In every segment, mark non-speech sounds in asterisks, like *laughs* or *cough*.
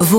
Vous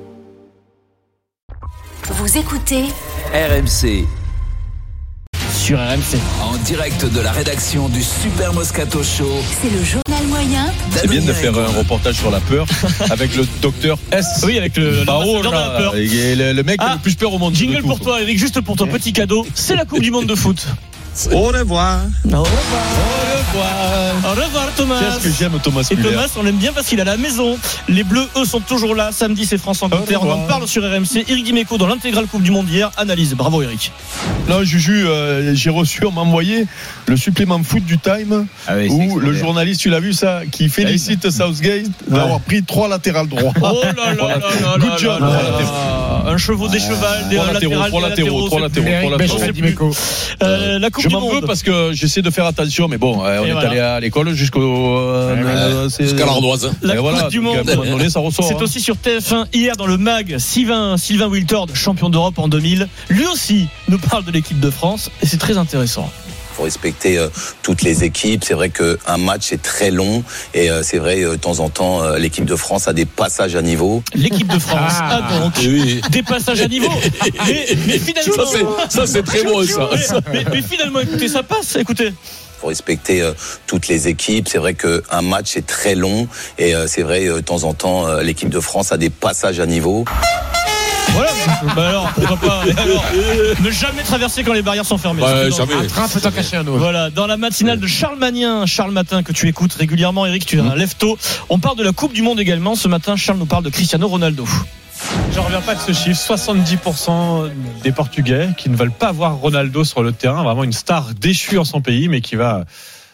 Vous écoutez RMC, sur RMC. en direct de la rédaction du Super Moscato Show. C'est le journal moyen C'est Eh bien de d'Amérique. faire un reportage sur *laughs* la peur avec le docteur Eh S. Oui, avec le- Barreau, l'ambassadeur de la ben, peur. là, il est le, le mec qui a Ah, le plus peur au monde. de Jingle tout, pour quoi. toi, Eric, juste pour ton petit cadeau. C'est la Coupe du Monde de foot. Au revoir. Au Au revoir. revoir, Thomas. Qu'est-ce que j'aime Thomas Et Müller Thomas, on l'aime bien parce qu'il est à la maison. Les Bleus, eux, sont toujours là. Samedi, c'est France-Angleterre. Au On revoir. en parle sur RMC. Eric Dimeco dans l'intégrale Coupe du Monde hier. Analyse. Bravo, Eric. Non, Juju, euh, j'ai reçu, on m'a envoyé le supplément foot du Time Ah où le journaliste, tu l'as vu ça, qui félicite Southgate d'avoir pris trois latérales droits. Oh là là là là Good là là job. Trois là. Un chevaux des chevals, des Ah. Trois latéraux, latérales, trois des latéraux, trois c'est- latéraux, trois Eric latéraux. Bechet, Dimeco. Euh, La Coupe *laughs* Je du m'en veux Monde. parce que j'essaie de faire attention, mais bon, euh, on Et est voilà. Ah, allé à l'école jusqu'au. euh, euh, c'est- Jusqu'à hein. l'ardoise. La Et Coupe voilà, du donc, Monde. À un moment donné, ça ressort. C'est hein. aussi sur TF1 hier dans le mag Sylvain, Sylvain Wiltord, champion d'Europe en 2000. Lui aussi nous parle de l'équipe de France et c'est très intéressant. faut respecter euh, toutes les équipes. C'est vrai qu'un match est très long et euh, c'est vrai euh, de temps en temps euh, l'équipe de France a des passages à niveau. L'équipe de France Ah. a donc des passages à niveau. mais, *laughs* mais finalement, Ça c'est très bon ça. mais- mais finalement, écoutez, ça passe. Écoutez, Faut respecter euh, toutes les équipes. C'est vrai qu'un match est très long et euh, c'est vrai euh, de temps en temps euh, l'équipe de France a des passages à niveau. voilà. Bah alors, pourquoi pas mais alors, Ne jamais traverser quand les barrières sont fermées. Surtout dans- Voilà, dans la matinale de Charles Magnin, Charles Matin, que tu écoutes régulièrement, Eric, tu es un lefto. On parle de la Coupe du Monde également. Ce matin, Charles nous parle de Cristiano Ronaldo. J'en reviens pas de ce chiffre. 70% des Portugais qui ne veulent pas voir Ronaldo sur le terrain. Vraiment une star déchue en son pays, mais qui va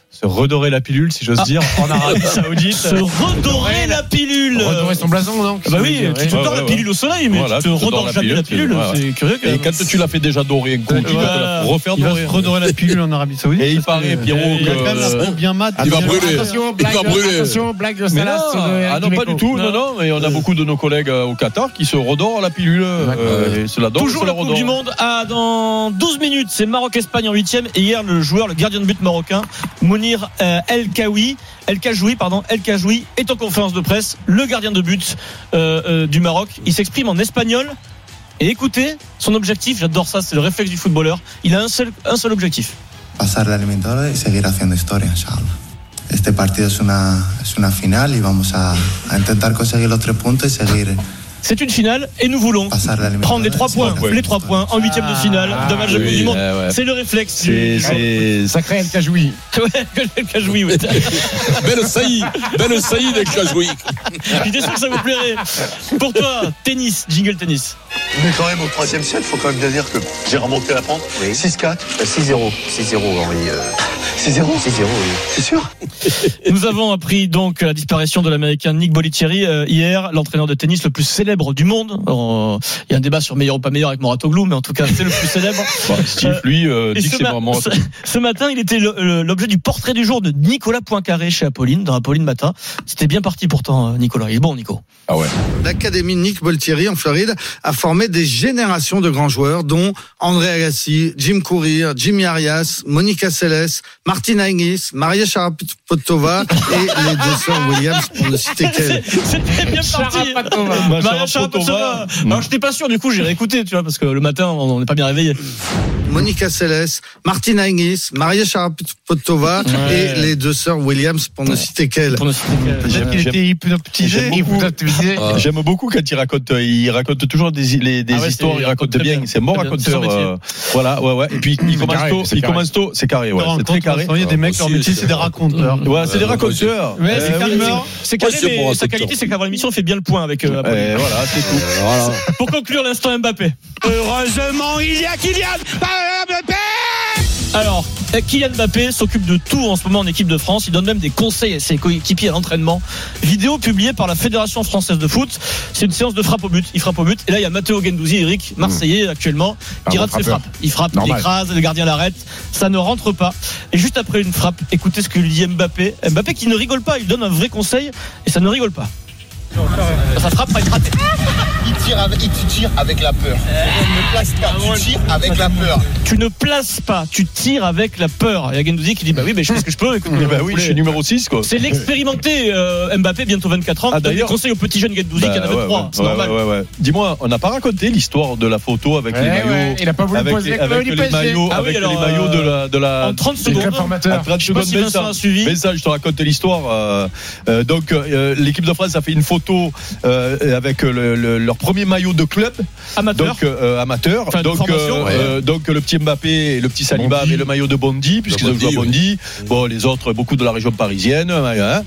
se redorer la pilule, si Ah. j'ose dire, en *laughs* Arabie Saoudite. Se redorer la pilule Euh, Redorer son blason, donc Ah Bah oui, tu te Ouais, dors la ouais, pilule au soleil, mais Voilà, tu te tu te dors redors la jamais la pilule, pilule. ouais, C'est curieux. quand *laughs* Et même. quand tu l'as fait déjà dorer un coup, tu vas te la refaire euh, Il va se dorer. redorer la pilule en Arabie Saoudite. Et il parce que- paraît, Pierrot, Il y a que- euh, quand même la peau bien mat. Attention, Attention, blague, va brûler. attention, blague de Mais Salas. là, sur le- euh, ah non, Dimeco. pas du tout, non, non, mais on a beaucoup de nos collègues euh, au Qatar qui se redorent la pilule. euh, et se la dorent, Toujours se la Coupe redorent. du Monde à dans 12 minutes. C'est Maroc-Espagne en 8 Et hier, le joueur, le gardien de but marocain, Mounir euh, El Kawi, El Kajoui, pardon, El Kajoui, est en conférence de presse. Le gardien de but euh, euh, du Maroc. Il s'exprime en espagnol. Et écoutez, son objectif, j'adore ça, c'est le réflexe du footballeur. Il a un seul, un seul objectif. pasar la eliminatoria y seguir haciendo historia, inshallah. Este partido es una, es una final y vamos a, a intentar conseguir los tres puntos y seguir C'est une finale et nous voulons Ah, pasar la eliminatoria. prendre les trois points, les trois points en huitième de finale de match de oui, ah Coupe du Monde. ouais, ouais. C'est le réflexe. C'est- du- C'est Sacré El Kajoui. *laughs* Ouais, Kajoui, ouais. Belle saillie, belle saillie des Kajouik. J'étais sûr que ça vous plairait. Pour toi, tennis, jingle tennis. Mais quand même, au troisième set, faut quand même bien dire que j'ai remonté la pente. 6-4. 6-0. 6-0, Henri. 6-0 6-0, oui. C'est sûr Nous avons appris donc la disparition de l'américain Nick Bolitieri euh, hier, l'entraîneur de tennis le plus célèbre du monde. Alors, euh, Il y a un débat sur meilleur ou pas meilleur avec Moratoglou, mais en tout cas, c'est le plus célèbre. *laughs* Bon, Steve, lui, euh, Et dit que ce, c'est ma- vraiment. ce- ce matin, il était le- le- l'objet du portrait du jour de Nicolas Poincaré chez Apolline, dans Apolline Matin. C'était bien parti pourtant, euh, Nicolas. Il est bon, Nico. Ah ouais. L'Académie Nick Boltieri en Floride a formé des générations de grands joueurs, dont André Agassi, Jim Courier, Jimmy Arias, Monica Seles, Martina Hingis, Maria Sharapova et les deux sœurs Williams, pour ne citer qu'elles. *laughs* C'était bien parti. Bah, Maria Sharapova. Sharapova. Alors, j'étais pas sûr, du coup, j'ai réécouté, tu vois, parce que le matin, on n'est pas bien réveillé. Monica Seles, Martina Hingis, Maria Sharapova Ouais. et les deux sœurs Williams, pour ne citer qu'elles. Pour nos- J'aime- Il j'aime- était hypnotisé. Il faut optimiser. Ah. J'aime beaucoup quand il raconte, euh, il raconte toujours des, les- des Euh, Ah ouais, histoires, c'est- il raconte très bien, bien. c'est mon Très bien, c'est son raconteur. métier. euh, voilà, ouais, ouais. Et puis il commence carré, tôt, c'est il carré. commence tôt, c'est carré, ouais, c'est très carré. Il y a Ah, des mecs, leur métier, c'est des raconteurs. Ouais, euh, c'est des raconteurs. Ouais, Euh, Eh c'est carré, oui. mais- c'est carré, Ouais, c'est mais pour un sa secteur. qualité, c'est qu'avant l'émission, on fait bien le point avec. euh, Apolline. Euh, Voilà, *laughs* c'est tout. Pour conclure l'instant Mbappé. Heureusement, il y a Kylian Alors, euh, Kylian Mbappé s'occupe de tout en ce moment en équipe de France. Il donne même des conseils à ses coéquipiers à l'entraînement. Vidéo publiée par la Fédération française de foot. C'est une séance de frappe au but. Il frappe au but. Et là, il y a Matteo Gendouzi, Eric, Marseillais actuellement, qui bon rate ses frappeur. frappes. Il frappe, Normal. il écrase, le gardien l'arrête. Ça ne rentre pas. Et juste après une frappe, écoutez ce que lui dit Mbappé. Mbappé qui ne rigole pas. Il donne un vrai conseil et ça ne rigole pas. Ça frappe, pas être raté. *laughs* Il tire avec, il tire avec la peur. Il ne place pas, tu tires avec la peur. Euh. Tu ne places pas, tu tires avec la peur. Et Gendouzi qui dit Bah oui, mais je fais ce que je peux. écoute, Eh ben vous oui, je voulez. suis numéro 6, quoi. C'est l'expérimenté euh, Mbappé, bientôt 24 ans, Ah, qui donne des d'ailleurs. conseils au petit jeune Gendouzi Bah, qui en avait ouais, 3. ouais, c'est ouais, normal. ouais, ouais. Dis-moi, on n'a pas raconté l'histoire de la photo Eh avec Ouais, les maillots. ouais, il a pas voulu avec poser les, la avec couleur du les PSG. maillots, Ah oui, avec alors, euh, les maillots de la, de la. en 30 des- secondes. en formateur. 30 Je sais pas secondes, si Vincent Vincent. a suivi. Vincent, je te raconte l'histoire. euh, euh, donc, euh, l'équipe de France a fait une photo euh, avec le- le- leur premier maillot de club. Amateur. Donc, euh, amateur. Enfin, de donc, formation. euh, donc, le petit Mbappé et le petit Saliba avaient le maillot de Bondy, puisqu'ils ont joué à Bondy. Bon, les autres, beaucoup de la région parisienne. hein.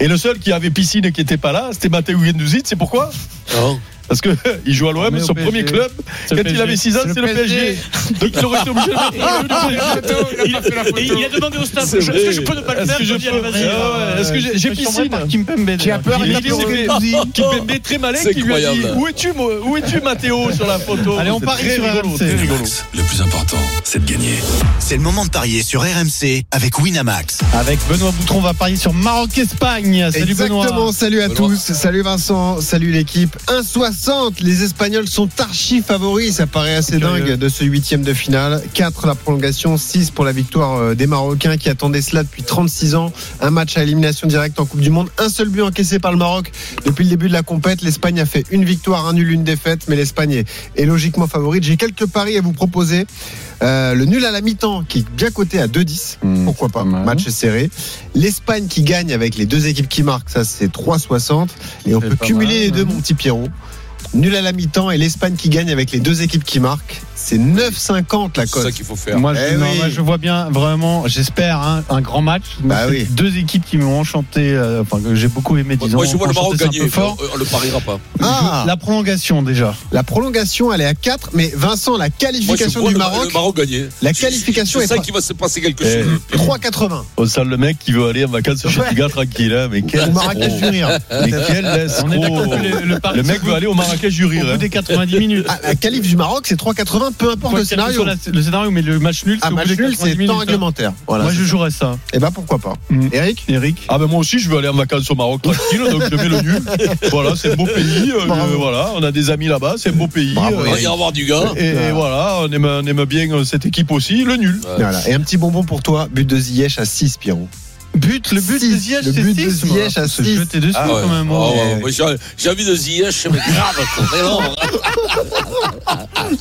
Et le seul qui avait piscine et qui n'était pas là, c'était Matteo Guendouzi. C'est pourquoi parce que *laughs* il joue à l'OM, Mais au son PSG. premier club, C'est quand le il PSG. avait 6 ans, c'est le PSG. Donc il aurait été obligé de mettre le Il a fait la photo. Il a demandé au staff, est-ce que je peux ne pas le Est-ce faire que je Il a dit, allez, peux vas-y. Ah ouais, Est-ce que j'ai- j'ai piscine J'ai peur, il il a a peur au dit Guendouzi. Kimpembe très malin C'est qui lui a dit incroyable. Où es-tu, Mo- où es-tu, Mathéo, sur la photo C'est très rigolo, très rigolo. Le plus important, c'est de gagner. C'est le moment de parier sur RMC avec Winamax. Avec Benoît Boutron, on va parier sur Maroc-Espagne. Salut Exactement, Benoît. salut à tous, salut Vincent, salut l'équipe. 1,60, les Espagnols sont archi favoris, ça paraît assez dingue de ce huitième de finale. 4 la prolongation, 6 pour la victoire euh, des Marocains qui attendaient cela depuis 36 ans. Un match à élimination directe en Coupe du Monde, un seul but encaissé par le Maroc depuis le début de la compète. L'Espagne a fait une victoire, un nul, une défaite, mais l'Espagne est, est logiquement favorite. J'ai quelques paris à vous proposer. Euh, le nul à la mi-temps qui est bien coté à 2-10, Hmm, Mm. pourquoi pas, match serré. L'Espagne qui gagne avec les deux équipes qui marquent, ça c'est 3-60. Et on peut pas cumuler mal, les deux, ouais. mon petit Pierrot. Nul à la mi-temps et l'Espagne qui gagne avec les deux équipes qui marquent, c'est 9,50 la cote. C'est ça qu'il faut Moi, je, Eh non, oui. moi, je vois bien vraiment, j'espère, hein, un grand match. Moi, Bah c'est oui. Deux équipes qui m'ont enchanté, euh, enfin que j'ai beaucoup aimé, disons. Moi, je vois le enchanté, Maroc c'est un peu gagner. fort. mais On, on Euh, le pariera pas. Ah. La prolongation déjà. La prolongation, elle est à 4, mais Vincent, la Moi, je qualification vois du le, Maroc, le Maroc gagner. la qualification C'est est, ça trois- qui va se passer quelque Eh. chose. 3,80. On sent le mec qui veut aller en vacances chez les gars tranquille, hein, mais *laughs* quel Au Marrakech escroc. du rire. Mais quel escroc. On est d'accord que le- le pari Oh. Le se mec veut joue aller au Marrakech du rire. Au bout hein. des 90 minutes. Ah, la qualif du Maroc, c'est 3,80, peu importe Quoi le qu'il arrive scénario. sur la- le scénario, mais le match nul, c'est Ah, au bout match des nul, 90 c'est minutes, temps hein. réglementaire. Voilà, moi, c'est je ça. jouerais ça. Eh ben pourquoi pas. Eric Eric. Ah ben moi aussi je veux aller en vacances au Maroc tranquille donc je mets le *laughs* nul. Voilà c'est un beau pays euh, Bravo. euh, voilà on a des amis là-bas c'est un beau pays. Bravo, euh, On va y avoir du gars. et, Ah. et voilà on aime, on aime bien euh, cette équipe aussi le nul. Voilà. Et un petit bonbon pour toi, but de Ziyech à 6, Pierrot. But, le but de Ziyech, Le c'est but de six, Ziyech moi. à Se 6. *laughs* jeter dessus Ah ouais. quand même. hein. Ah ouais, moi, j'ai- J'ai envie de Ziyech, mais grave, quoi. Vraiment.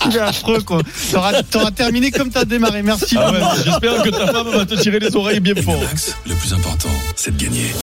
Il est affreux quoi. T'auras t'auras terminé comme t'as Ah, démarré. Merci. Ah ouais, J'espère que ta femme va te tirer les oreilles bien fort. Le plus important, c'est de gagner.